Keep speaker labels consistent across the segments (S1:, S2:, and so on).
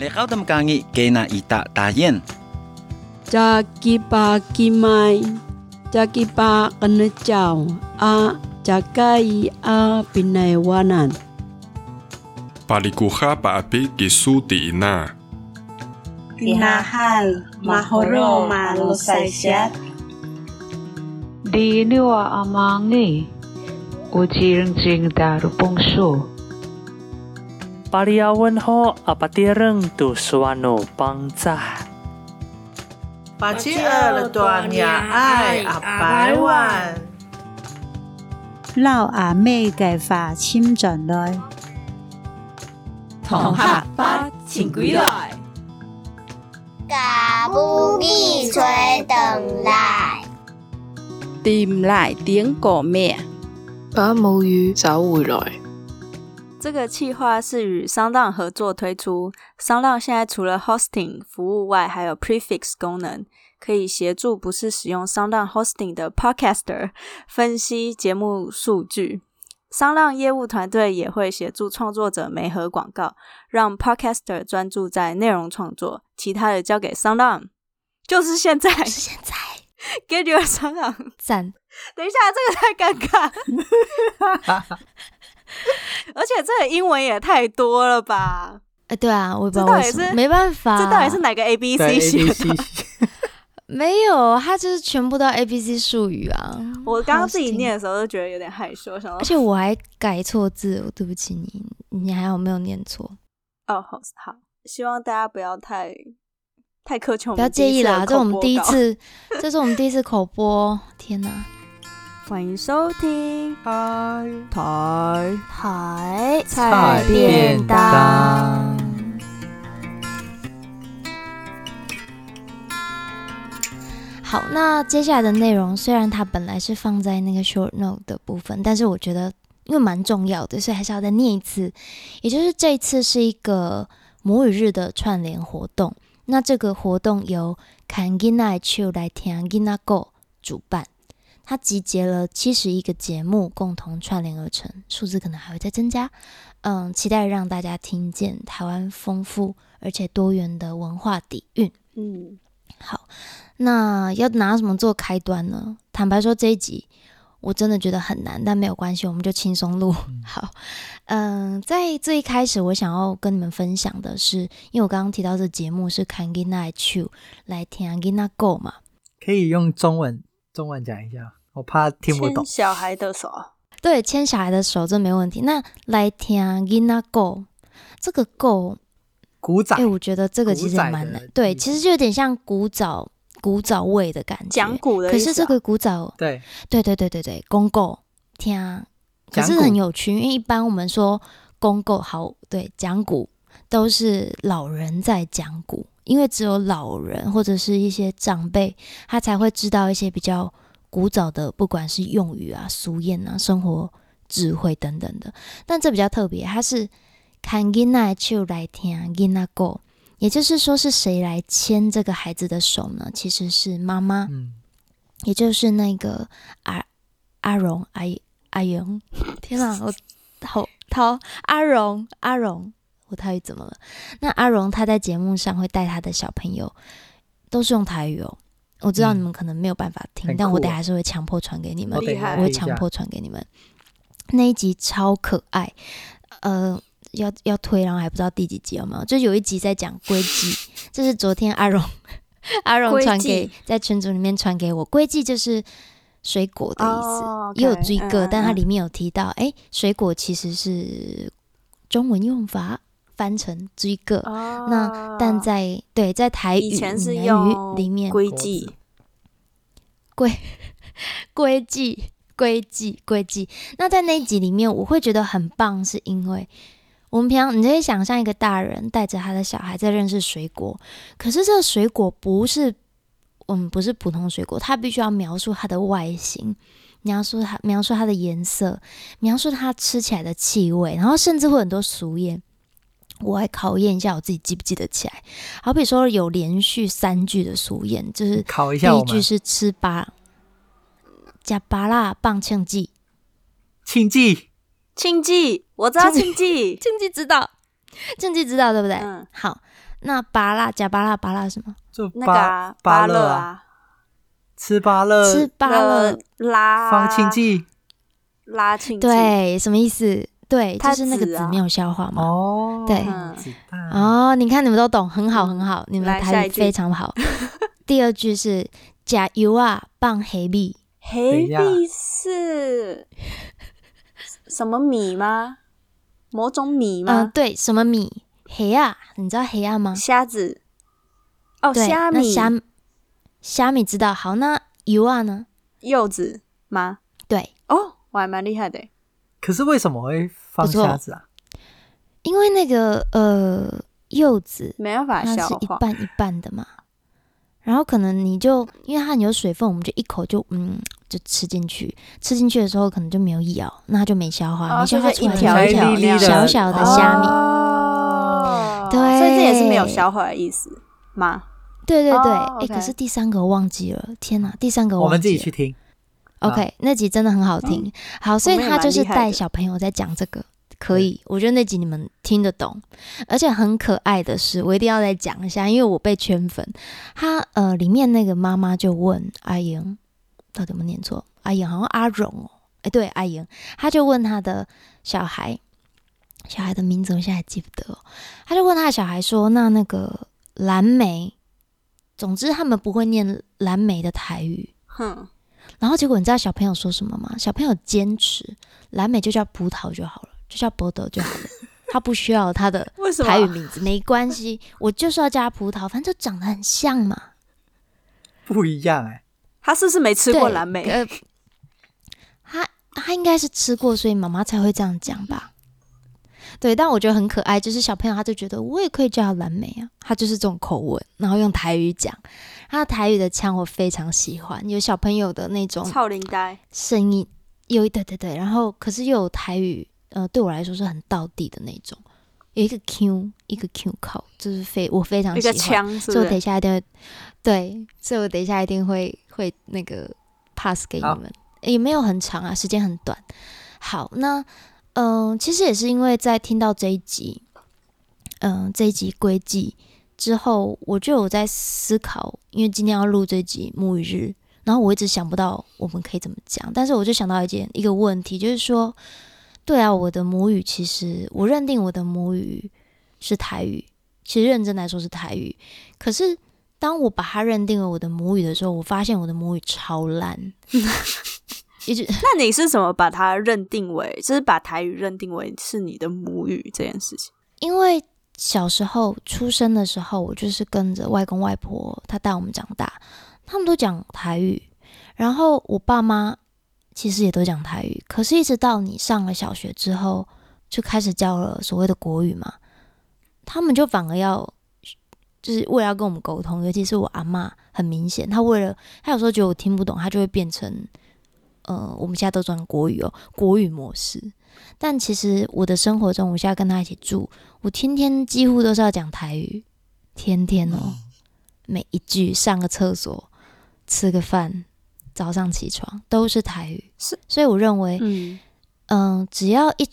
S1: Lekau tam kangi kena ita tayen.
S2: Jaki pa kimai, jaki pa kenecau, a jakai a pinaiwanan.
S3: Palikuha paapi kisu tiina.
S4: Tinahal, mahoroma, losaisyat.
S5: Di niwa amangi. Ujiring jing daru pungsu.
S6: Pariawan ho apatireng tu suano pangcah.
S7: Pachial tuan ya ai a bai wan，
S4: 撈阿妹嘅化纖進來，
S2: 同客不前鬼來，
S8: cả bu đi chơi tầng lại
S2: tìm lại tiếng của mẹ。
S9: 把母语找回来。
S10: 这个企划是与商浪合作推出。商浪现在除了 hosting 服务外，还有 prefix 功能，可以协助不是使用商浪 hosting 的 podcaster 分析节目数据。商浪业务团队也会协助创作者媒合广告，让 podcaster 专注在内容创作，其他的交给商浪。就是现在
S8: 现在
S10: ，get your 商浪。
S8: 赞，
S10: 等一下，这个太尴尬， 而且这个英文也太多了吧？
S8: 呃，对啊，我也不知道
S10: 这到
S8: 为
S10: 底
S8: 什么，
S10: 是
S8: 没办法，
S10: 这到底是哪个 A B C 写的？
S8: 没有，它就是全部都 A B C 术语啊。
S10: 我刚刚自己
S8: Hosting
S10: 念的时候就觉得有点害羞，想
S8: 而
S10: 说
S8: 且我还改错字，我对不起你，你还有没有念错？
S10: 哦好，好，希望大家不要太太苛求我们，
S8: 不要介意啦，这
S10: 这
S8: 是我们第一，次，这是我们第一次口播。天哪，
S10: 欢迎收听
S7: 嗨，
S2: 台
S8: 嗨，
S7: 菜便当。
S8: 好，那接下来的内容虽然它本来是放在那个 short note 的部分，但是我觉得因为蛮重要的，所以还是要再念一次。也就是这一次是一个母语日的串联活动，那这个活动由 Kangina Chu 来听 Gina Go 主办。它集结了七十一个节目共同串联而成，数字可能还会再增加。嗯，期待让大家听见台湾丰富而且多元的文化底蕴。
S10: 嗯，
S8: 好，那要拿什么做开端呢？坦白说，这一集我真的觉得很难，但没有关系，我们就轻松录。 好，嗯，在最一开始，我想要跟你们分享的是，因为我刚刚提到这节目是 Kangina Chu 来听 Kangina Go 嘛，
S11: 可以用中文中文讲一下，我怕听不懂
S10: 牵。小孩的手，
S8: 对，牵小孩的手这没问题。那来听 Kangina Go 这个 Go，
S11: 鼓掌
S8: 哎、，我觉得这个
S11: 古
S8: 其实也
S11: 仔
S8: 蛮
S11: 的
S8: 难，对，
S11: 意
S8: 其
S11: 思
S8: 实就有点像古早古早味的感觉，
S10: 讲古的
S8: 可
S10: 意思啊、
S8: 是这个古早，
S11: 对，
S8: 对对对对对，公购听啊，可
S11: 讲
S8: 是
S11: 古
S8: 很有趣，因为一般我们说公购好，对，讲古都是老人在讲古，因为只有老人或者是一些长辈，他才会知道一些比较古早的，不管是用语啊、俗谚啊、生活智慧等等的。但这比较特别，它是看囡仔就来听囡仔歌，也就是说是谁来牵这个孩子的手呢？其实是妈妈。
S11: 嗯，
S8: 也就是那个阿阿荣阿阿荣， 天哪，我好涛阿荣阿荣，我台语怎么了？那阿荣他在节目上会带他的小朋友，都是用台语哦。我知道
S11: 嗯
S8: 你们可能没有办法听，
S11: 很
S8: 但我
S11: 酷
S8: 等
S11: 哦
S8: 还是会强迫传给你们
S11: 我，等一
S10: 厉害
S11: 下
S8: 我会
S11: 听一
S8: 强
S11: 下
S8: 迫传给你们。那一集超可爱，呃，要要推，然后还不知道第几集有没有？就有一集在讲龟 记，这是昨天阿荣阿荣
S10: 龟
S8: 传
S10: 记
S8: 给在群组里面传给我，龟记就是水果的意思，
S10: 哦，OK，
S8: 也有追个，
S10: 嗯
S8: 但它
S10: 嗯
S8: 里面有提到，哎、水果其实是中文用法翻成追个，
S10: 哦
S8: 那但在对在台哎语
S10: 以前是
S8: 闽南
S10: 用
S8: 语里面
S10: 规
S11: 国
S10: 矩
S11: 字
S8: 规矩、规矩、规矩。那在那一集里面，我会觉得很棒，是因为我们平常你可以想象一个大人带着他的小孩在认识水果，可是这个水果不是我们不是普通水果，它必须要描述它的外形。描述它，描述它的颜色，描述它吃起来的气味，然后甚至会很多俗谚。我来考验一下我自己记不记得起来。好比说有连续三句的俗谚，就是
S11: 考一
S8: 第
S11: 下
S8: 一
S11: 我
S8: 句
S11: 们
S8: 是吃巴，加巴拉棒庆记，
S11: 庆记
S10: 庆忌，我知道庆忌，
S8: 庆记知道，庆记知道对不对？
S10: 嗯
S8: 好，那芭辣假芭辣芭辣是什么？
S11: 就
S10: 那个
S11: 芭
S10: 啊
S11: 芭
S10: 乐啊
S11: 乐啊，，吃芭
S10: 呃
S11: 乐，
S8: 吃芭乐
S10: 拉
S11: 放庆记
S10: 拉庆记，
S8: 对，什么意思？对，
S10: 它
S8: 就是那个
S10: 籽啊
S8: 籽没有消化嘛。
S11: 哦，
S8: 对
S10: 嗯
S11: 子弹
S8: 哦，你看你们都懂，很好，很好，你们的
S10: 来下
S8: 台
S10: 一
S8: 语
S10: 句
S8: 非常好。 第二句是“假油啊棒黑米
S10: 黑
S11: 一下
S10: 米是什么米吗？某种”，米
S8: 嗯，
S10: 吗？
S8: 对，什么米？黑啊，你知道黑啊吗？
S10: 虾子哦，
S8: 对，
S10: 虾
S8: 那
S10: 米、
S8: 虾虾米知道。好，那油啊呢？
S10: 柚子吗？
S8: 对，
S10: 哦，我还蛮厉害的。
S11: 可是为什么会放
S8: 不错
S11: 虾子啊？
S8: 因为那个呃柚子
S10: 没办法
S8: 它
S10: 消
S8: 是一
S10: 化，
S8: 半一半的嘛，然后可能你就因为它很有水分，我们就一口就嗯就吃进去，吃进去的时候可能就没有咬，那它就没消化，
S10: 哦
S8: 没消化
S10: 所以就
S8: 出来
S10: 一条
S8: 就
S10: 一
S8: 是
S10: 条那样
S8: 小小的虾米，
S10: 哦，
S8: 对
S10: 所以这也是没有消化的意思吗？
S8: 对对对，哎、
S10: 哦，OK
S8: 可是第三个我忘记了，天哪，第三个
S11: 我
S8: 忘记了
S11: 们自己去听。啊
S8: OK，、那集真的很好听。好，所以他就是带小朋友在讲这个，可以。我觉得那集你们听得懂，而且很可爱的是，我一定要再讲一下，因为我被圈粉。他呃，里面那个妈妈就问阿莹，到底有没有念错？阿莹好像阿荣哦，哎，对，阿莹，他就问他的小孩，小孩的名字我现在还记不得哦、他就问他的小孩说：“那那个蓝莓，总之他们不会念蓝莓的台语。”
S10: 哼，
S8: 然后结果你知道小朋友说什么吗？小朋友坚持蓝莓就叫葡萄就好了，就叫波德就好了，他不需要他 的
S10: 为什么
S8: 台语名字，没关系，我就是要叫他葡萄，反正就长得很像嘛。
S11: 不一样哎、
S10: 他是不是没吃
S8: 对，
S10: 过蓝莓？
S8: 呃，他他应该是吃过，所以妈妈才会这样讲吧。对，但我觉得很可爱，就是小朋友他就觉得我也可以叫他蓝莓啊，他就是这种口吻，然后用台语讲，他的台语的腔我非常喜欢，有小朋友的那种
S10: 超灵呆，
S8: 声音有对对对，然后可是又有台语，呃，对我来说是很道地的那种，有一个 Q 一个 Q 口，就是非我非常
S10: 一
S8: 喜欢，
S10: 个枪是
S8: 所以
S10: 不
S8: 我等一
S10: 是？
S8: 下一定会对，所以我等一下一定会会那个 pass 给你
S11: 好
S8: 们，也没有很长啊，时间很短。好，那嗯、呃其实也是因为在听到这一集，嗯、这一集归季之后，我就有在思考，因为今天要录这集母语日，然后我一直想不到我们可以怎么讲，但是我就想到一件一个问题，就是说，对啊，我的母语其实我认定我的母语是台语，其实认真来说是台语，可是当我把它认定为我的母语的时候，我发现我的母语超烂， 一直
S10: 那你是怎么把它认定为，就是把台语认定为是你的母语这件事情？
S8: 因为小时候出生的时候，我就是跟着外公外婆，他带我们长大，他们都讲台语，然后我爸妈其实也都讲台语，可是，一直到你上了小学之后，就开始教了所谓的国语嘛，他们就反而要。就是为了要跟我们沟通，尤其是我阿嬷，很明显，她为了她有时候觉得我听不懂，她就会变成，呃，我们现在都转国语哦，国语模式。但其实我的生活中，我现在跟她一起住，我天天几乎都是要讲台语，天天哦，每一句上个厕所、吃个饭、早上起床都是台语，
S10: 是，
S8: 所以我认为，
S10: 嗯，
S8: 嗯，只要一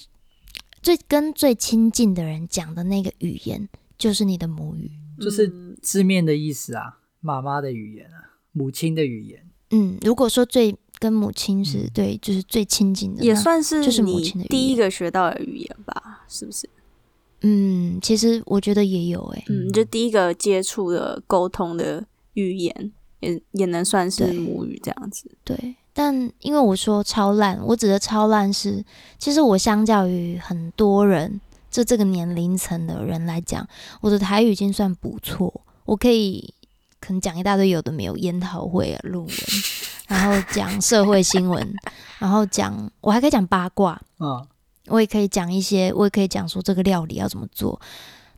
S8: 最跟最亲近的人讲的那个语言，就是你的母语。
S11: 就是
S10: 嗯
S11: 字面的意思啊，妈妈的语言啊，母亲的语言，
S8: 嗯，如果说最跟母亲是、
S11: 嗯
S8: 对，就是最亲近的那，
S10: 也算是
S8: 就是母
S10: 你
S8: 亲的语言
S10: 第一个学到的语言吧，是不是？
S8: 嗯，其实我觉得也有诶、
S10: 嗯，就第一个接触的沟通的语言，也也能算是
S8: 对
S10: 母语这样子。
S8: 对，但因为我说超烂，我指的超烂是，其实我相较于很多人，就这个年龄层的人来讲，我的台语已经算不错，我可以可能讲一大堆有的没有研讨会啊、论文，然后讲社会新闻，然后讲我还可以讲八卦，
S11: 嗯，
S8: 我也可以讲一些，我也可以讲说这个料理要怎么做，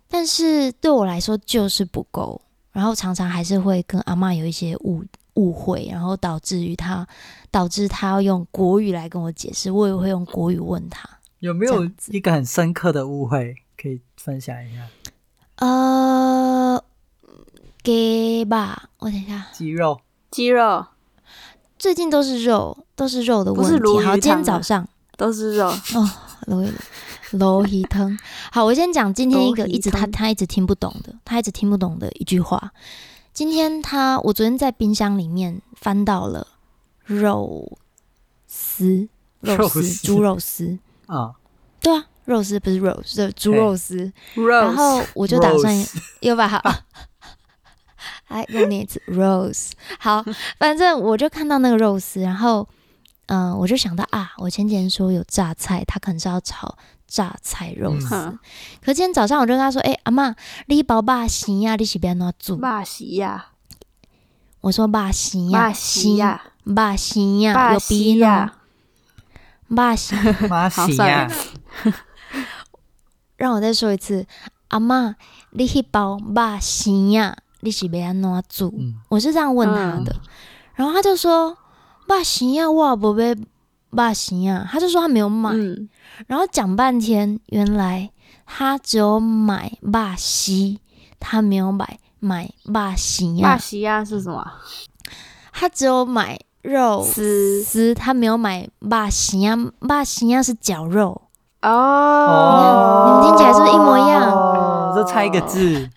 S8: 但是对我来说就是不够，然后常常还是会跟阿嬷有一些误误会，然后导致于她导致她要用国语来跟我解释，我也会用国语问她。
S11: 有没
S8: 这
S11: 有
S8: 样子
S11: 一个很深刻的误会可以分享一下？
S8: 呃，给吧，我等一下，
S11: 肌肉
S10: 鸡肉
S8: 最近都是肉，都是肉的
S10: 不
S8: 问
S10: 是
S8: 题。
S10: 鲈鱼
S8: 好，今天
S10: 汤 吗
S8: 早上
S10: 都是肉，
S8: 哦，罗威罗，楼一腾。好，我先讲今天一个
S2: 蝼蚁
S8: 一直他
S2: 汤
S8: 他一直听不懂的，他一直听不懂的一句话。今天他我昨天在冰箱里面翻到了肉丝，肉
S11: 肉
S8: 丝
S11: 丝
S8: 猪肉丝，
S11: 啊，
S8: 对啊，肉丝不是肉丝，是猪肉丝。然后我就打算
S11: Rose
S8: 又把它， 哎，又念一次 rose。好，反正我就看到那个肉丝，然后嗯、呃我就想到啊，我前几天说有榨菜，他可能是要炒榨菜肉丝。
S10: 哼
S8: 可今天早上我就跟他说，哎、阿妈，你包把行呀，你是别哪煮？
S10: 巴西呀，
S8: 我说啊把行呀，
S10: 巴西呀，
S8: 行，把行呀，
S10: 巴
S8: 有鼻
S10: 西
S8: 音
S10: 呀
S8: 哦，，把行。
S11: 妈啊
S10: 好
S11: 行
S10: 算
S11: 呀
S10: 了，
S8: 让我再说一次，阿妈，你迄包肉丝呀，你是要安怎煮？
S11: 嗯
S8: 我是这样问他的，然后他就说肉丝呀，我也不要肉丝呀，他就说他没有哦买，
S10: 嗯，
S8: 然后讲半天，原来他只有买肉丝，他没有买买肉丝
S10: 巴
S8: 呀，
S10: 西呀是什么？
S8: 他只有买肉
S10: 丝
S8: 丝，他没有买肉丝呀，肉丝呀是绞肉。
S10: 哦，
S8: 你们听起来是不是一模一样
S11: 哦，这差一个字，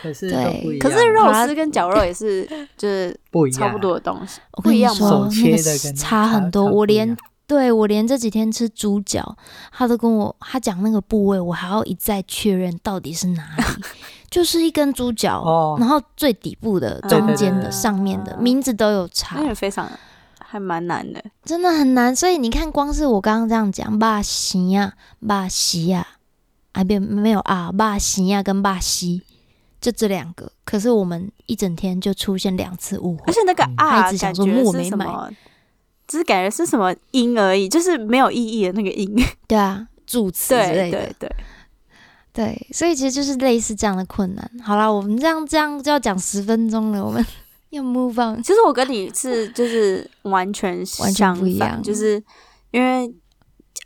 S11: 可是都
S8: 对
S11: 不一样
S10: 可是肉丝跟绞肉也是，就是
S11: 不一样，
S10: 差不多的东西，
S8: 我
S10: 不
S8: 跟
S10: 一
S8: 你
S10: 样
S8: 说
S10: 吗？
S11: 手切的
S8: 那
S11: 跟
S8: 个差很多，
S11: 差
S8: 我
S11: 不一样
S8: 连对我连这几天吃猪脚，他都跟我他讲那个部位，我还要一再确认到底是哪 里，就是一根猪脚，
S11: 哦
S8: 然后最底部的、
S10: 对
S8: 中间
S11: 对
S8: 的、
S11: 对
S8: 上面的名字都有差
S10: 嗯那，也非常还蛮难的。
S8: 真的很难。所以你看，光是我刚刚这样讲，巴西呀、巴西呀，啊，别没有啊，巴西呀跟巴西，就这两个。可是我们一整天就出现两次误会
S10: 而。且那个
S11: 嗯
S10: 啊，
S8: 他一直
S10: 感
S8: 想说
S10: 觉
S8: 木
S10: 是
S8: 没
S10: 什
S8: 买
S10: 么？只是感觉是什么音而已，就是没有意义的那个音。
S8: 对啊，助词 之
S10: 对
S8: 类的。
S10: 对对，
S8: 对，所以其实就是类似这样的困难。好啦，我们这样这样就要讲十分钟了，我们 要 move on。
S10: 其实我跟你是就是完全
S8: 完
S10: 相
S8: 全不
S10: 反，
S8: 一样
S10: 就是因为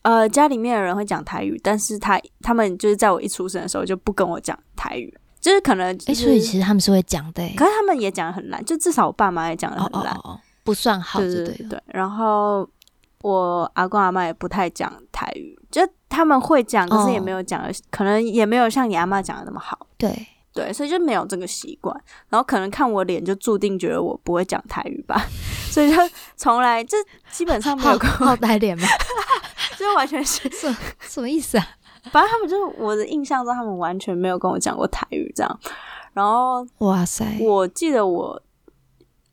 S10: 呃家里面的人会讲台语，但是他他们就是在我一出生的时候就不跟我讲台语，就是可能
S8: 哎、
S10: 就是、
S8: 所以其实他们是会讲的、欸，
S10: 可是他们也讲的很烂，就至少我爸妈也讲的
S8: 哦
S10: 很
S8: 哦
S10: 烂
S8: 哦，，哦不算好就对
S10: 对
S8: 了。
S10: 对。然后我阿公阿妈也不太讲台语，就他们会讲，可是也
S8: 哦
S10: 没有讲的，可能也没有像你阿妈讲的那么好。
S8: 对，
S10: 对，所以就没有这个习惯。然后可能看我脸，就注定觉得我不会讲台语吧， 所以就从来就基本上没
S8: 好
S10: 有跟
S8: 好
S10: 我，
S8: 呆脸 吗？
S10: 就完全是，
S8: 什什么意思啊？
S10: 反正他们就是我的印象中，他们完全没有跟我讲过台语这样。然后
S8: 哇塞，
S10: 我记得我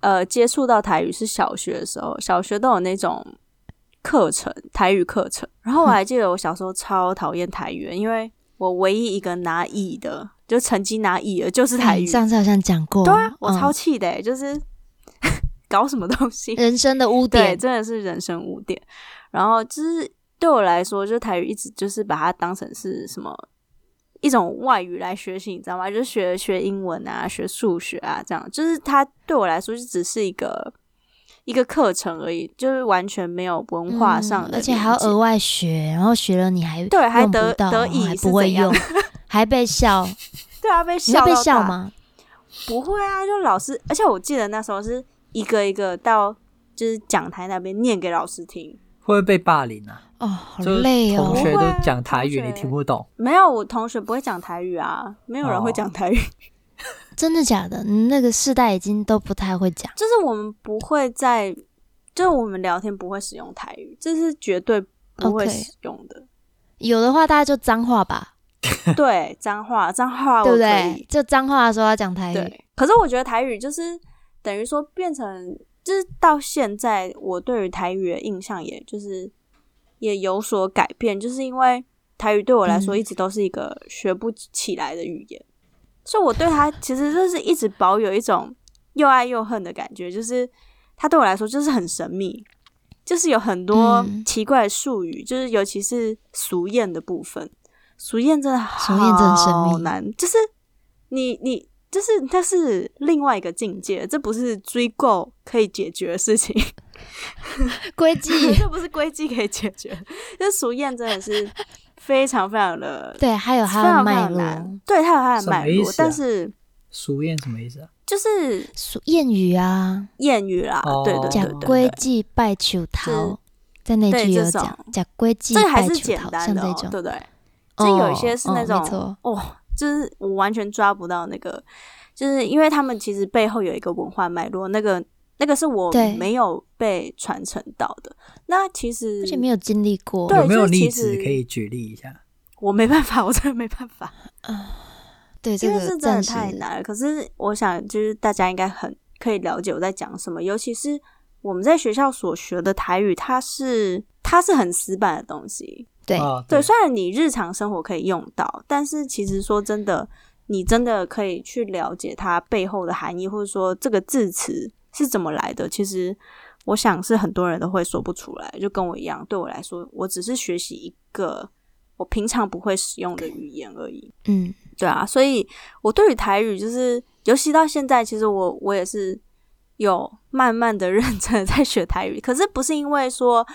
S10: 呃接触到台语是小学的时候，小学都有那种课程，台语课程。
S8: 嗯
S10: 然后我还记得我小时候超讨厌台语的，因为我唯一一个拿乙的，就成绩拿乙的，就是
S8: 哎
S10: 台
S8: 你
S10: 语。
S8: 上次好像讲过，
S10: 对啊，我超
S8: 嗯、
S10: 气的、欸，就是 搞什么东西，
S8: 人生的污
S10: 对，
S8: 点，
S10: 真的是人生污点。然后就是对我来说，就是台语一直就是把它当成是什么一种外语来学习，你知道吗？就是学学英文啊，学数学啊，这样，就是它对我来说就只是一个一个课程而已，就是完全没有文化上
S8: 嗯
S10: 的、
S8: 而且还要额。外学，然后学了你还
S10: 对还
S8: 用不
S10: 得
S8: 到
S10: 得
S8: 然后
S10: 意
S8: 还
S10: 是
S8: 不会
S10: 怎样
S8: 用，还被 笑，
S10: 对啊，被
S8: 你
S10: 笑
S8: 会被
S10: 到
S8: 笑
S10: 大？
S8: 吗？
S10: 不会啊，就老师，而且我记得那时候是一个一个到就是讲台那边念给老师听，
S11: 会不会被霸凌啊？
S8: 哦，好
S11: 就是
S8: 累哦
S11: 同。学
S10: 不会啊
S11: 都讲台语，
S10: 同学
S11: 你听不懂，
S10: 没有，我同学不会讲台语啊，没有
S8: 哦
S10: 人会讲台语，
S8: 真的假的？那个世代已经都不太会讲。
S10: 就是我们不会在，就是我们聊天不会使用台语，这是绝对不会
S8: OK
S10: 使用的。
S8: 有的话，大家就脏话吧，
S10: 对，脏话，脏话我
S8: 对不
S10: 可
S8: 对
S10: 以？。
S8: 就脏话的时候要讲台语，
S10: 对，可是我觉得台语就是等于说变成，就是到现在我对于台语的印象，也就是也有所改变，就是因为台语对我来说
S8: 嗯
S10: 一直都是一个学不起来的语言，所以我对它其实就是一直保有一种又爱又恨的感觉，就是它对我来说就是很神秘。就是有很多
S8: 嗯
S10: 奇怪的术语，就是尤其是俗谚的部分，俗谚真的好
S8: 俗谚真的神秘
S10: 难，就是你你就是那是另外一个境界，这不是追购可以解决的 事情，
S8: 规矩。
S10: 这不是规矩可以解决。这俗谚真的是非常非常的，
S8: 对，还有
S10: 非
S8: 它的
S10: 常非
S8: 脉
S10: 常
S8: 络
S10: 难，，对，它有它的
S11: 什
S10: 脉
S11: 么意
S10: 络，
S11: 思啊
S10: 但是
S11: 俗谚什么意思啊？
S10: 就是
S8: 俗谚语啊，
S10: 谚语啦，
S11: 哦
S10: 对对
S8: 讲
S10: 对对
S8: 规
S10: 对，
S8: 矩拜求桃，在那句
S10: 对
S8: 有
S10: 这种
S8: 讲假龟记
S10: 这还
S8: 拜
S10: 是
S8: 求
S10: 简
S8: 桃，
S10: 单
S8: 像
S10: 的、
S8: 这
S10: 哦，
S8: 种，
S10: 对不对？
S8: 哦
S10: 这有一些是那
S8: 哦
S10: 种
S8: 没错
S10: 哦，就是我完全抓不到那个，就是因为他们其实背后有一个文化脉络，那个那个是我
S8: 对
S10: 没有被传承到的。那其实
S8: 而且没有经历过，
S10: 对
S11: 有没
S10: 就
S11: 有
S10: 是
S11: 例
S10: 其实
S11: 子可以举例一下？
S10: 我没办法，我真的没办法，
S8: 对这
S10: 因为
S8: 个
S10: 是真的
S8: 暂时
S10: 太难了。可是我想，就是大家应该很可以了解我在讲什么，尤其是我们在学校所学的台语，它是它是很死板的东西，
S8: 对
S11: 啊
S10: 对，虽然你日常生活可以用到，但是其实说真的，你真的可以去了解它背后的含义，或者说这个字词是怎么来的。其实我想是很多人都会说不出来，就跟我一样。对我来说，我只是学习一个我平常不会使用的语言而已。
S8: 嗯，
S10: 对啊，所以我对于台语就是，尤其到现在，其实我我也是有慢慢的 认真的在学台语，可是不是因为说，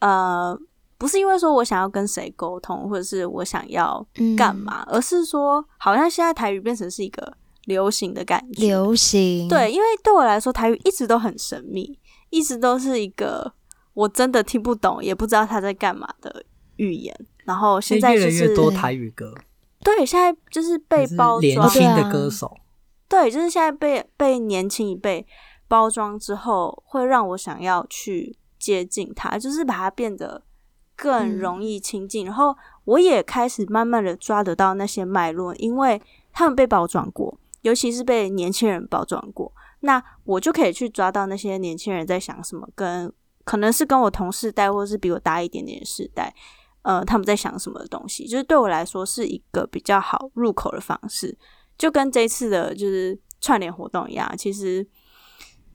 S10: 呃，不是因为说我想要跟谁沟通，或者是我想要
S8: 嗯
S10: 干嘛，而是说好像现在台语变成是一个流行的感觉，
S8: 流行，
S10: 对，，因为对我来说，台语一直都很神秘，一直都是一个我真的听不懂，也不知道他在干嘛的语言。然后现在
S11: 越
S10: 就
S11: 来
S10: 是
S11: 越多台语歌，
S10: 对，现在就是被
S11: 就是
S10: 包
S11: 年
S10: 装，
S11: 轻
S8: 对
S11: 的
S8: 啊
S11: 歌手，
S10: 对，就是现在被被年轻一辈包装之后，会让我想要去接近它，就是把它变得更
S8: 嗯
S10: 容易亲近。然后我也开始慢慢的抓得到那些脉络，因为他们被包装过，尤其是被年轻人包装过，那我就可以去抓到那些年轻人在想什么，跟可能是跟我同世代，或是比我大一点点的世代。呃，他们在想什么东西，就是对我来说是一个比较好入口的方式。就跟这一次的就是串联活动一样，其实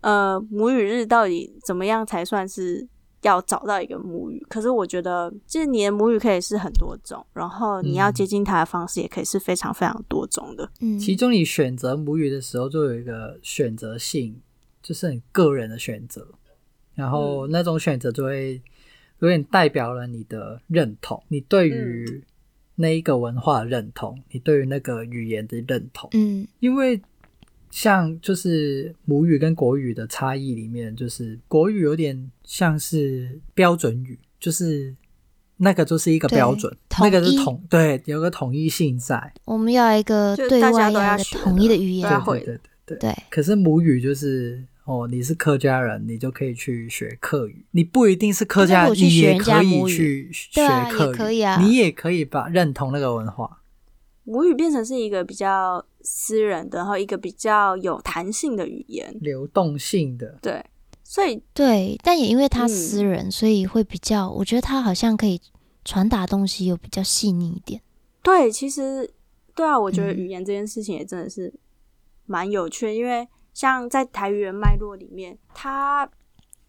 S10: 呃，母语日到底怎么样才算是要找到一个母语？可是我觉得，就是你的母语可以是很多种，然后你要接近它的方式也可以是非常非常多种的。
S8: 嗯，
S11: 其中你选择母语的时候，就有一个选择性，就是很个人的选择，然
S8: 嗯
S11: 后那种选择就会有点代表了你的认同，你对
S8: 嗯
S11: 于那一个文化的认同，你对于那个语言的认同。
S8: 嗯
S11: 因为像就是母语跟国语的差异里面，就是国语有点像是标准语，就是那个就是一个标准，
S8: 对
S11: 那个是
S8: 统一
S11: 统对有个统一性在，
S8: 我们要一个
S10: 就
S8: 对
S10: 大
S8: 外
S10: 家都要
S8: 一个
S10: 学
S8: 统一
S10: 的
S8: 的语
S10: 对
S8: 言
S10: 啊，
S11: 对
S10: 会
S11: 对对对对。
S8: 对
S11: 可是母语就是哦，你是客家人，你就可以去学客语，你不一定是客家
S8: 可是我
S11: 人，
S8: 去
S11: 你
S8: 学
S11: 也
S8: 人家
S11: 可以
S8: 母语
S11: 去
S8: 对
S11: 学
S8: 啊
S11: 客
S8: 也
S11: 语，
S8: 可以啊
S11: 你也可以把认同那个文化。
S10: 母语变成是一个比较私人的，然后一个比较有弹性的语言。
S11: 流动性的，
S10: 对，所以
S8: 对，但也因为他
S10: 嗯
S8: 私人，所以会比较，我觉得他好像可以传达东西有比较细腻一点。
S10: 对，其实对啊，我觉得
S8: 嗯
S10: 语言这件事情也真的是蛮有趣的，因为像在台语的脉络里面，它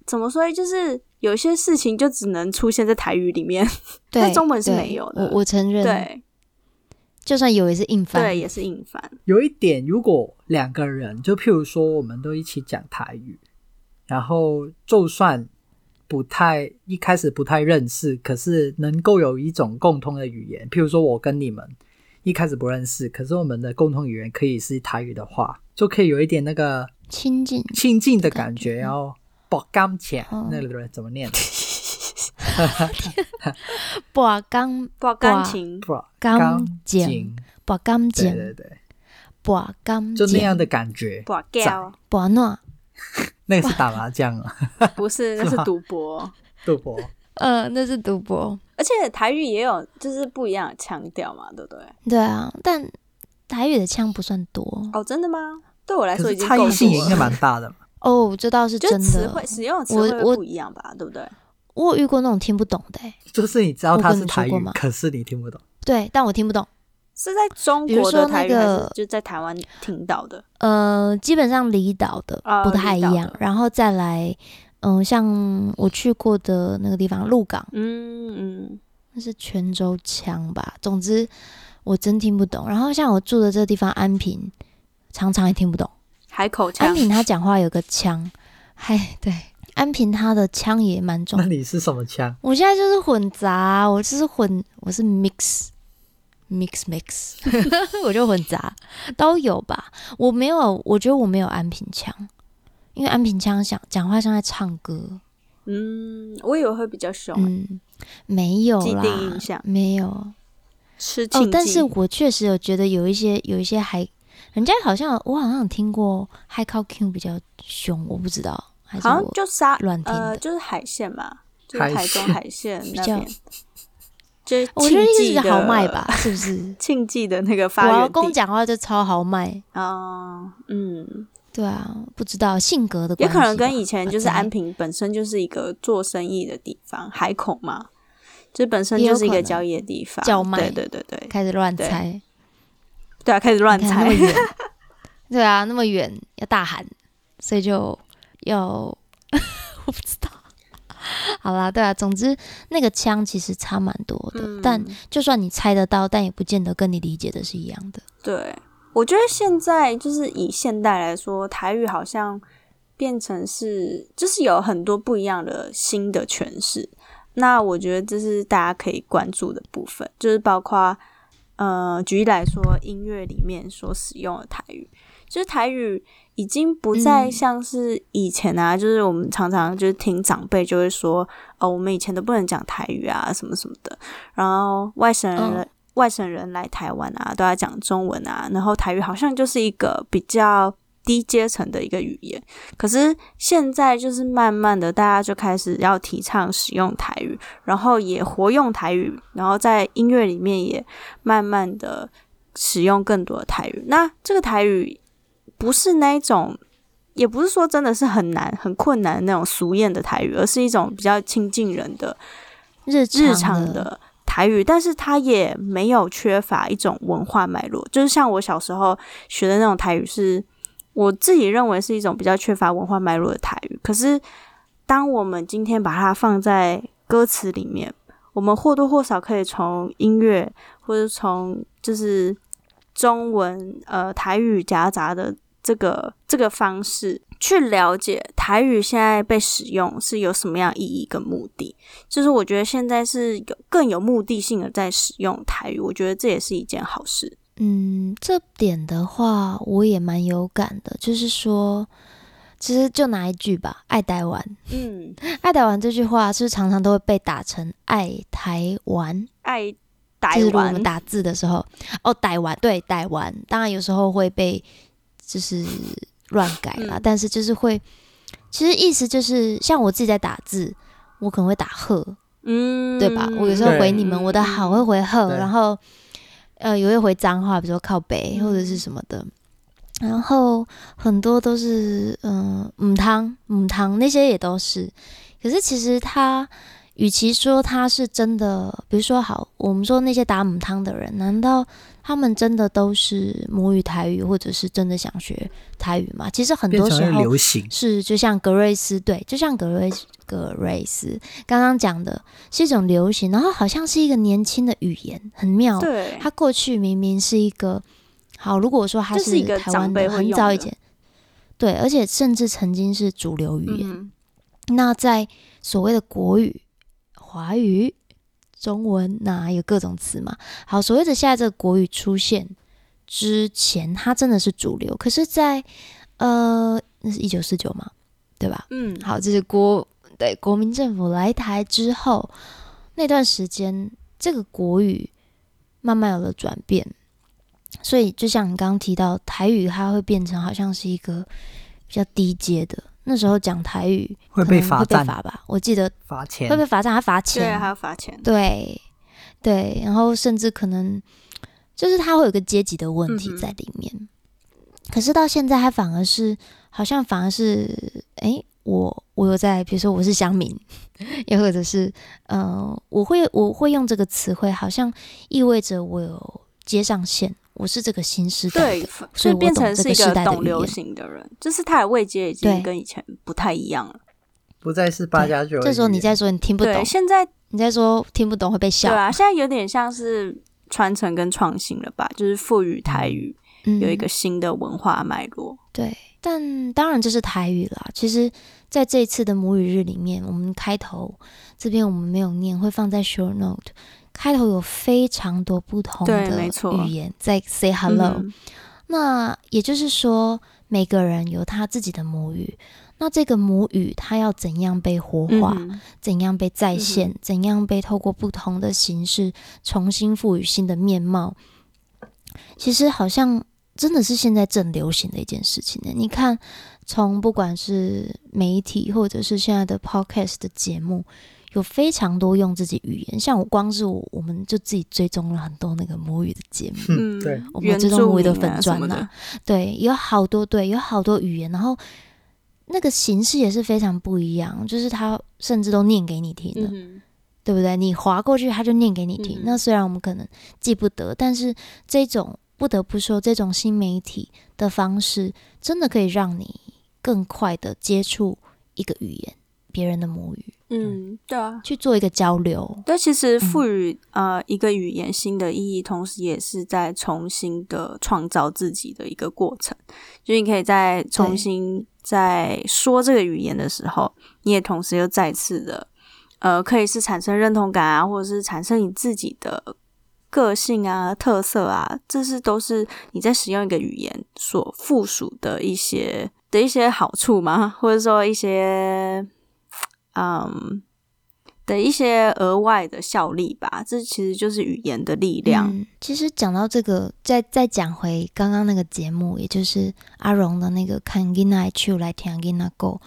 S10: 怎么说，就是有些事情就只能出现在台语里面，
S8: 对，
S10: 在中文是
S8: 对
S10: 没有的
S8: 我我承认，，
S10: 对
S8: 就算有也是硬翻。
S10: 对，也是硬翻，
S11: 有一点，如果两个人，就譬如说我们都一起讲台语，然后就算不太一开始不太认识，可是能够有一种共通的语言，譬如说我跟你们一开始不认识，可是我们的共同语言可以是台语的话，就可以有一点那个
S8: 亲近，
S11: 亲近的感
S8: 感觉
S11: 觉，然后不刚强
S8: 哦，
S11: 那个怎么 念？
S8: 把钢
S10: 不
S8: 哇
S10: 感情，
S11: 不
S8: 刚
S11: 琴，
S8: 把钢
S11: 对
S8: 剪，
S11: 对对，
S8: 把钢
S11: 就那
S8: 剪
S11: 样的感觉
S8: 嗯
S10: 不。教，
S8: 把诺，
S11: 那个是打麻将啊，
S10: 不是，那是赌博。
S8: 嗯
S11: 赌博。
S8: 呃，那是赌博。
S10: 而且台语也有就是不一样的腔调嘛，对不对？
S8: 对啊，但台语的腔不算多
S10: 哦，真的吗？对
S8: 哎
S10: 我来
S11: 可
S10: 说
S11: 是
S10: 已经
S11: 差
S10: 够
S11: 异性也
S10: 多
S11: 应该
S10: 了，
S11: 蛮 大的嘛。
S8: 哦，这倒是
S10: 就
S8: 真
S10: 是词
S8: 的。
S10: 汇使用的词
S8: 我
S10: 汇会
S8: 我
S10: 不一样吧，对不对？
S8: 我有遇过那种听不懂的欸、
S11: 就是你知道它是台
S8: 我跟你说过
S11: 语
S8: 吗，
S11: 可是你听不懂。
S8: 对，但我听不懂。
S10: 是在中
S8: 比如
S10: 国
S8: 说
S10: 的
S8: 那
S10: 台语，还
S8: 个
S10: 是就在台湾听到的？
S8: 呃，基本上离岛的
S10: 哦
S8: 不太一
S10: 离岛
S8: 样
S10: 的，
S8: 然后再来，嗯、像我去过的那个地方鹿港，
S10: 嗯嗯，
S8: 那是泉州腔吧。总之，我真听不懂。然后像我住的这个地方安平，常常也听不懂。
S10: 海口
S8: 安
S10: 腔
S8: 平他讲话有个腔，嗨，对，安平他的腔也蛮重
S11: 那。你是什么腔？
S8: 我现在就是混杂，我就是混，我是 mix。mix mix，我 就混杂都有吧。我没有，我觉得我没有安平腔，因为安平腔讲讲话像在唱歌，
S10: 嗯，我以为会比较凶，欸
S8: 嗯，没有
S10: 既
S8: 啦
S10: 定印象，
S8: 没有。
S10: 吃庆
S8: 哦
S10: 忌。，
S8: 但是我确实有觉得有一些有一些还，人家好像我好像有听过 High Cow Q 比较凶，我不知道，还是
S10: 好像
S8: 我
S10: 就沙
S8: 乱听
S10: 呃，
S8: 的。
S10: 就是海鲜嘛，就是
S11: 海
S10: 台中
S11: 鲜
S10: 海鲜
S8: 比
S10: 那
S8: 较
S10: 边，就是
S8: 我觉得
S10: 庆
S8: 一
S10: 忌
S8: 直是豪
S10: 的？
S8: 迈吧，是不是
S10: 庆忌的那个发
S8: 我
S10: 源
S8: 老
S10: 地。
S8: 公讲话就超豪迈，
S10: 哦嗯，
S8: 对啊，不知道性格的
S10: 也
S8: 关系
S10: 可
S8: 吧，
S10: 能跟以前就是
S8: 反正
S10: 安平本身就是一个做生意的地方，海口嘛，就本身
S8: 也有
S10: 就是一
S8: 可
S10: 个
S8: 能
S10: 交易的地方，
S8: 叫卖
S10: 对对对对，
S8: 开始乱
S10: 对
S8: 猜，
S10: 对啊，开始乱
S8: 你看
S10: 猜
S8: 那么，远， 对啊，那么远要大喊，所以就要 我不知道。 好啦，对啊，总之那个枪其实差蛮多的，
S10: 嗯
S8: 但就算你猜得到，但也不见得跟你理解的是一样的。
S10: 对，我觉得现在就是以现代来说，台语好像变成是，就是有很多不一样的新的诠释。那我觉得这是大家可以关注的部分，就是包括呃，举例来说，音乐里面所使用的台语，就是台语已经不再
S8: 嗯
S10: 像是以前啊，就是我们常常就是听长辈就会说，哦，我们以前都不能讲台语啊，什么什么的。然后外省人、
S8: 嗯
S10: 外省人来台湾啊，都要讲中文啊，然后台语好像就是一个比较低阶层的一个语言。可是现在就是慢慢的，大家就开始要提倡使用台语，然后也活用台语，然后在音乐里面也慢慢的使用更多的台语。那这个台语不是那一种。也不是说真的是很难、很困难的那种俗谚的台语，而是一种比较亲近人的
S8: 日常
S10: 日常的台语，但是它也没有缺乏一种文化脉络。就是像我小时候学的那种台语是，我自己认为是一种比较缺乏文化脉络的台语。可是，当我们今天把它放在歌词里面，我们或多或少可以从音乐，或者从就是中文呃台语夹杂的这个这个方式去了解台语现在被使用是有什么样意义跟目的。就是我觉得现在是有更有目的性的在使用台语，我觉得这也是一件好事。
S8: 嗯，这点的话我也蛮有感的，就是说，其实就拿一句吧，爱台湾，
S10: 嗯，
S8: 爱台湾这句话是不是常常都会被打成爱台湾？
S10: 爱
S8: 就
S10: 台
S8: 是如果我
S10: 湾
S8: 们打字的时候，哦，逮完，对，逮完，当然有时候会被就是乱改啦，
S10: 嗯
S8: 但是就是会，其实意思就是像我自己在打字，我可能会打呵，
S10: 嗯，
S8: 对吧？我有时候
S11: 对
S8: 回你们，我的好哦会回呵，
S11: 对
S8: 然后呃，也会回脏话，比如说靠
S11: 嗯
S8: 北或者是什么的。然后很多都是嗯母汤母汤那些也都是，可是其实他与其说他是真的，比如说好，我们说那些打母汤的人，难道他们真的都是母语台语，或者是真的想学台语吗？其实很
S11: 变
S8: 多
S11: 成
S8: 时
S11: 了
S8: 候
S11: 流行。
S8: 是，就像格瑞斯，对，就像格瑞格瑞斯刚刚讲的，是一种流行，然后好像是一个年轻的语言，很妙。
S10: 对，嗯
S8: 它过去明明是一个，好，如果说它
S10: 就是一个
S8: 台
S10: 长
S8: 湾
S10: 辈
S8: 的，
S10: 会
S8: 很
S10: 用
S8: 早以
S10: 的
S8: 前，对，而且甚至曾经是主流语言。
S10: 嗯
S8: 那在所谓的国语、华语、中文，那有各种词嘛。好，所谓的现在这个国语出现之前，它真的是主流。可是在，呃，那是一九四九嘛，对吧？
S10: 嗯，
S8: 好，这是国对国民政府来台之后那段时间，这个国语慢慢有了转变，所以就像你刚刚提到，台语它会变成好像是一个比较低阶的。那时候讲台语
S11: 会
S8: 可
S11: 被
S8: 能
S11: 罚
S8: 会被
S11: 站
S8: 罚吧？我记得
S11: 罚钱
S8: 会被罚站，还罚钱，
S10: 对，还要罚钱，
S8: 对对，然后甚至可能就是它会有个阶级的问题
S10: 嗯哼
S8: 在里面。可是到现在，它反而是好像反而是哎，诶我我有在，比如说我是乡民，又或者是呃，我会我会用这个词汇，好像意味着我有接上线，我是这个新时代
S10: 对
S8: 的。，所以
S10: 就
S8: 我
S10: 变
S8: 懂
S10: 成
S8: 这
S10: 是
S8: 个
S10: 一
S8: 时
S10: 个
S8: 代的
S10: 懂
S8: 语
S10: 流
S8: 言
S10: 行的人，就是他的位阶已经
S8: 对
S10: 跟以前不太一样了。
S11: 不再是八加九。
S8: 这时候你再说你听不懂
S10: 对，，现在
S8: 你再说听不懂会被
S10: 对
S8: 笑。
S10: 啊，现在有点像是传承跟创新了吧，就是赋予台语
S8: 嗯
S10: 有一个新的文化脉络。
S8: 对，但当然这是台语啦。其实，在这一次的母语日里面，我们开头这边我们没有念，会放在 short note。开头有非常多不同
S10: 对
S8: 的
S10: 没错
S8: 语言在 say hello，、
S10: 嗯
S8: 那也就是说，每个人有他自己的母语。那这个母语它要怎样被活化，
S10: 嗯
S8: 怎样被再现，怎样被透过不同的形式重新赋予新的面貌？其实好像真的是现在正流行的一件事情呢。欸你看，从不管是媒体或者是现在的 podcast 的节目，有非常多用自己语言。像我光是我，我们就自己追踪了很多那个母语的节目。
S10: 嗯，
S11: 对
S8: 我们
S10: 原
S8: 追踪
S10: 住
S8: 母语的
S10: 民
S8: 粉
S10: 啊什
S8: 砖
S10: 么
S8: 呐、
S10: 的
S8: 对，有好多对，有好多语言，然后那个形式也是非常不一样，就是他甚至都念给你听的，
S10: 嗯
S8: 对不对？你划过去，他就念给你听。
S10: 嗯
S8: 那虽然我们可能记不得，但是这种不得不说，这种新媒体的方式，真的可以让你更快的接触一个语言，别人的母语，
S10: 嗯，对啊。
S8: 去做一个交流。
S10: 但其
S8: 嗯
S10: 实赋予、呃一个语言新的意义，同时也是在重新的创造自己的一个过程。就是你可以在重新在说这个语言的时候，你也同时又再次的呃，可以是产生认同感啊，或者是产生你自己的个性啊、特色啊，这是都是你在使用一个语言所附属的一些的一些好处嘛， 或者说一些嗯的一些额外的效力吧。这其实就是语言的力量。
S8: 嗯其实讲到这个，再再讲回刚刚那个节目，也就是阿荣的那个看 Gina 去来听 Gina Go，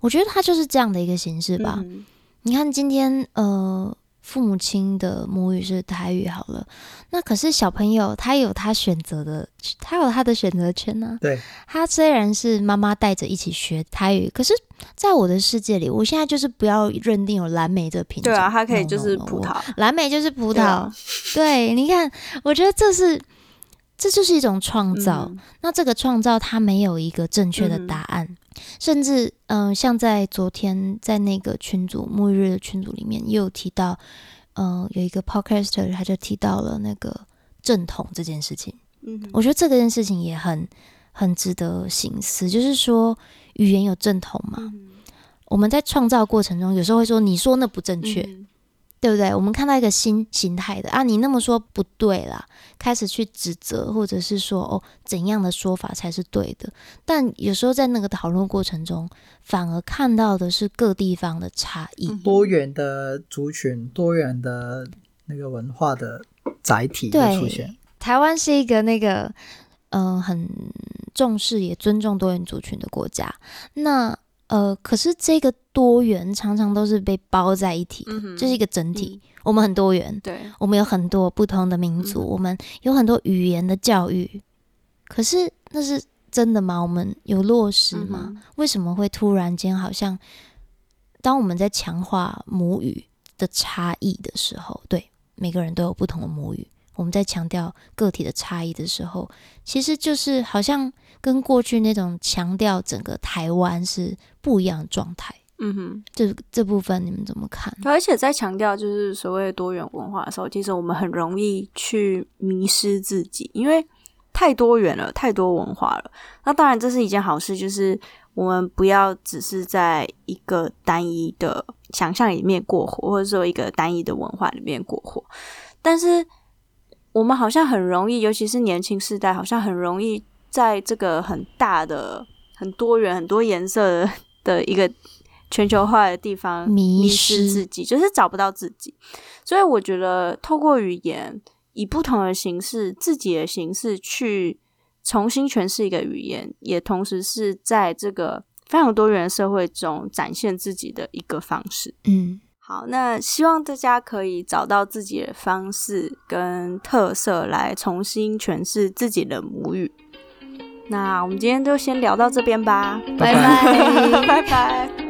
S8: 我觉得它就是这样的一个形式吧。
S10: 嗯
S8: 你看今天呃，父母亲的母语是台语好了，那可是小朋友他有他选择的，他有他的选择权呢、
S11: 对，
S8: 他虽然是妈妈带着一起学台语，可是在我的世界里，我现在就是不要认定有蓝莓这个品种。
S10: 对啊，它可以
S8: No,
S10: 就是
S8: no, no，
S10: 葡
S8: 我
S10: 萄，
S8: 蓝莓就是葡
S10: 对
S8: 萄
S10: 啊。
S8: 对，你看，我觉得这是这就是一种创造。
S10: 嗯
S8: 那这个创造它没有一个正确的答案，甚至嗯、呃像在昨天在那个群组沐浴日的群组里面也有提到，嗯、有一个 podcaster 他就提到了那个正统这件事情。
S10: 嗯
S8: 我觉得这个件事情也很很值得深思，就是说语言有正统嘛。
S10: 嗯
S8: 我们在创造过程中，有时候会说你说那不正确，
S10: 嗯
S8: 对不对？我们看到一个新形态的啊，你那么说不对啦，开始去指责，或者是说哦怎样的说法才是对的。但有时候在那个讨论过程中，反而看到的是各地方的差异。
S10: 嗯
S11: 多元的族群、多元的那个文化的载体就出现
S8: 对。，台湾是一个那个嗯、呃很重视也尊重多元族群的国家。那呃，可是这个多元常常都是被包在一起的，
S10: 嗯哼嗯
S8: 这是一个整体。我们很多元，
S10: 对，
S8: 我们有很多不同的民
S10: 嗯
S8: 族，我们有很多语言的教育。可是那是真的吗？我们有落实吗？
S10: 嗯哼
S8: 为什么会突然间好像，当我们在强化母语的差异的时候，对每个人都有不同的母语，我们在强调个体的差异的时候，其实就是好像跟过去那种强调整个台湾是不一样的状态。
S10: 嗯哼。
S8: 这这部分你们怎么看？
S10: 而且在强调就是所谓多元文化的时候，其实我们很容易去迷失自己，因为太多元了，太多文化了。那当然这是一件好事，就是我们不要只是在一个单一的想象里面过活，或者说一个单一的文化里面过活。但是我们好像很容易，尤其是年轻世代，好像很容易在这个很大的、很多元、很多颜色的的一个全球化的地方
S8: 迷
S10: 失
S8: 失
S10: 自己，就是找不到自己。所以我觉得，透过语言以不同的形式、自己的形式去重新诠释一个语言，也同时是在这个非常多元的社会中展现自己的一个方式。
S8: 嗯，
S10: 好，那希望大家可以找到自己的方式跟特色来重新诠释自己的母语。那我们今天就先聊到这边吧，
S11: 拜
S8: 拜
S10: 拜拜。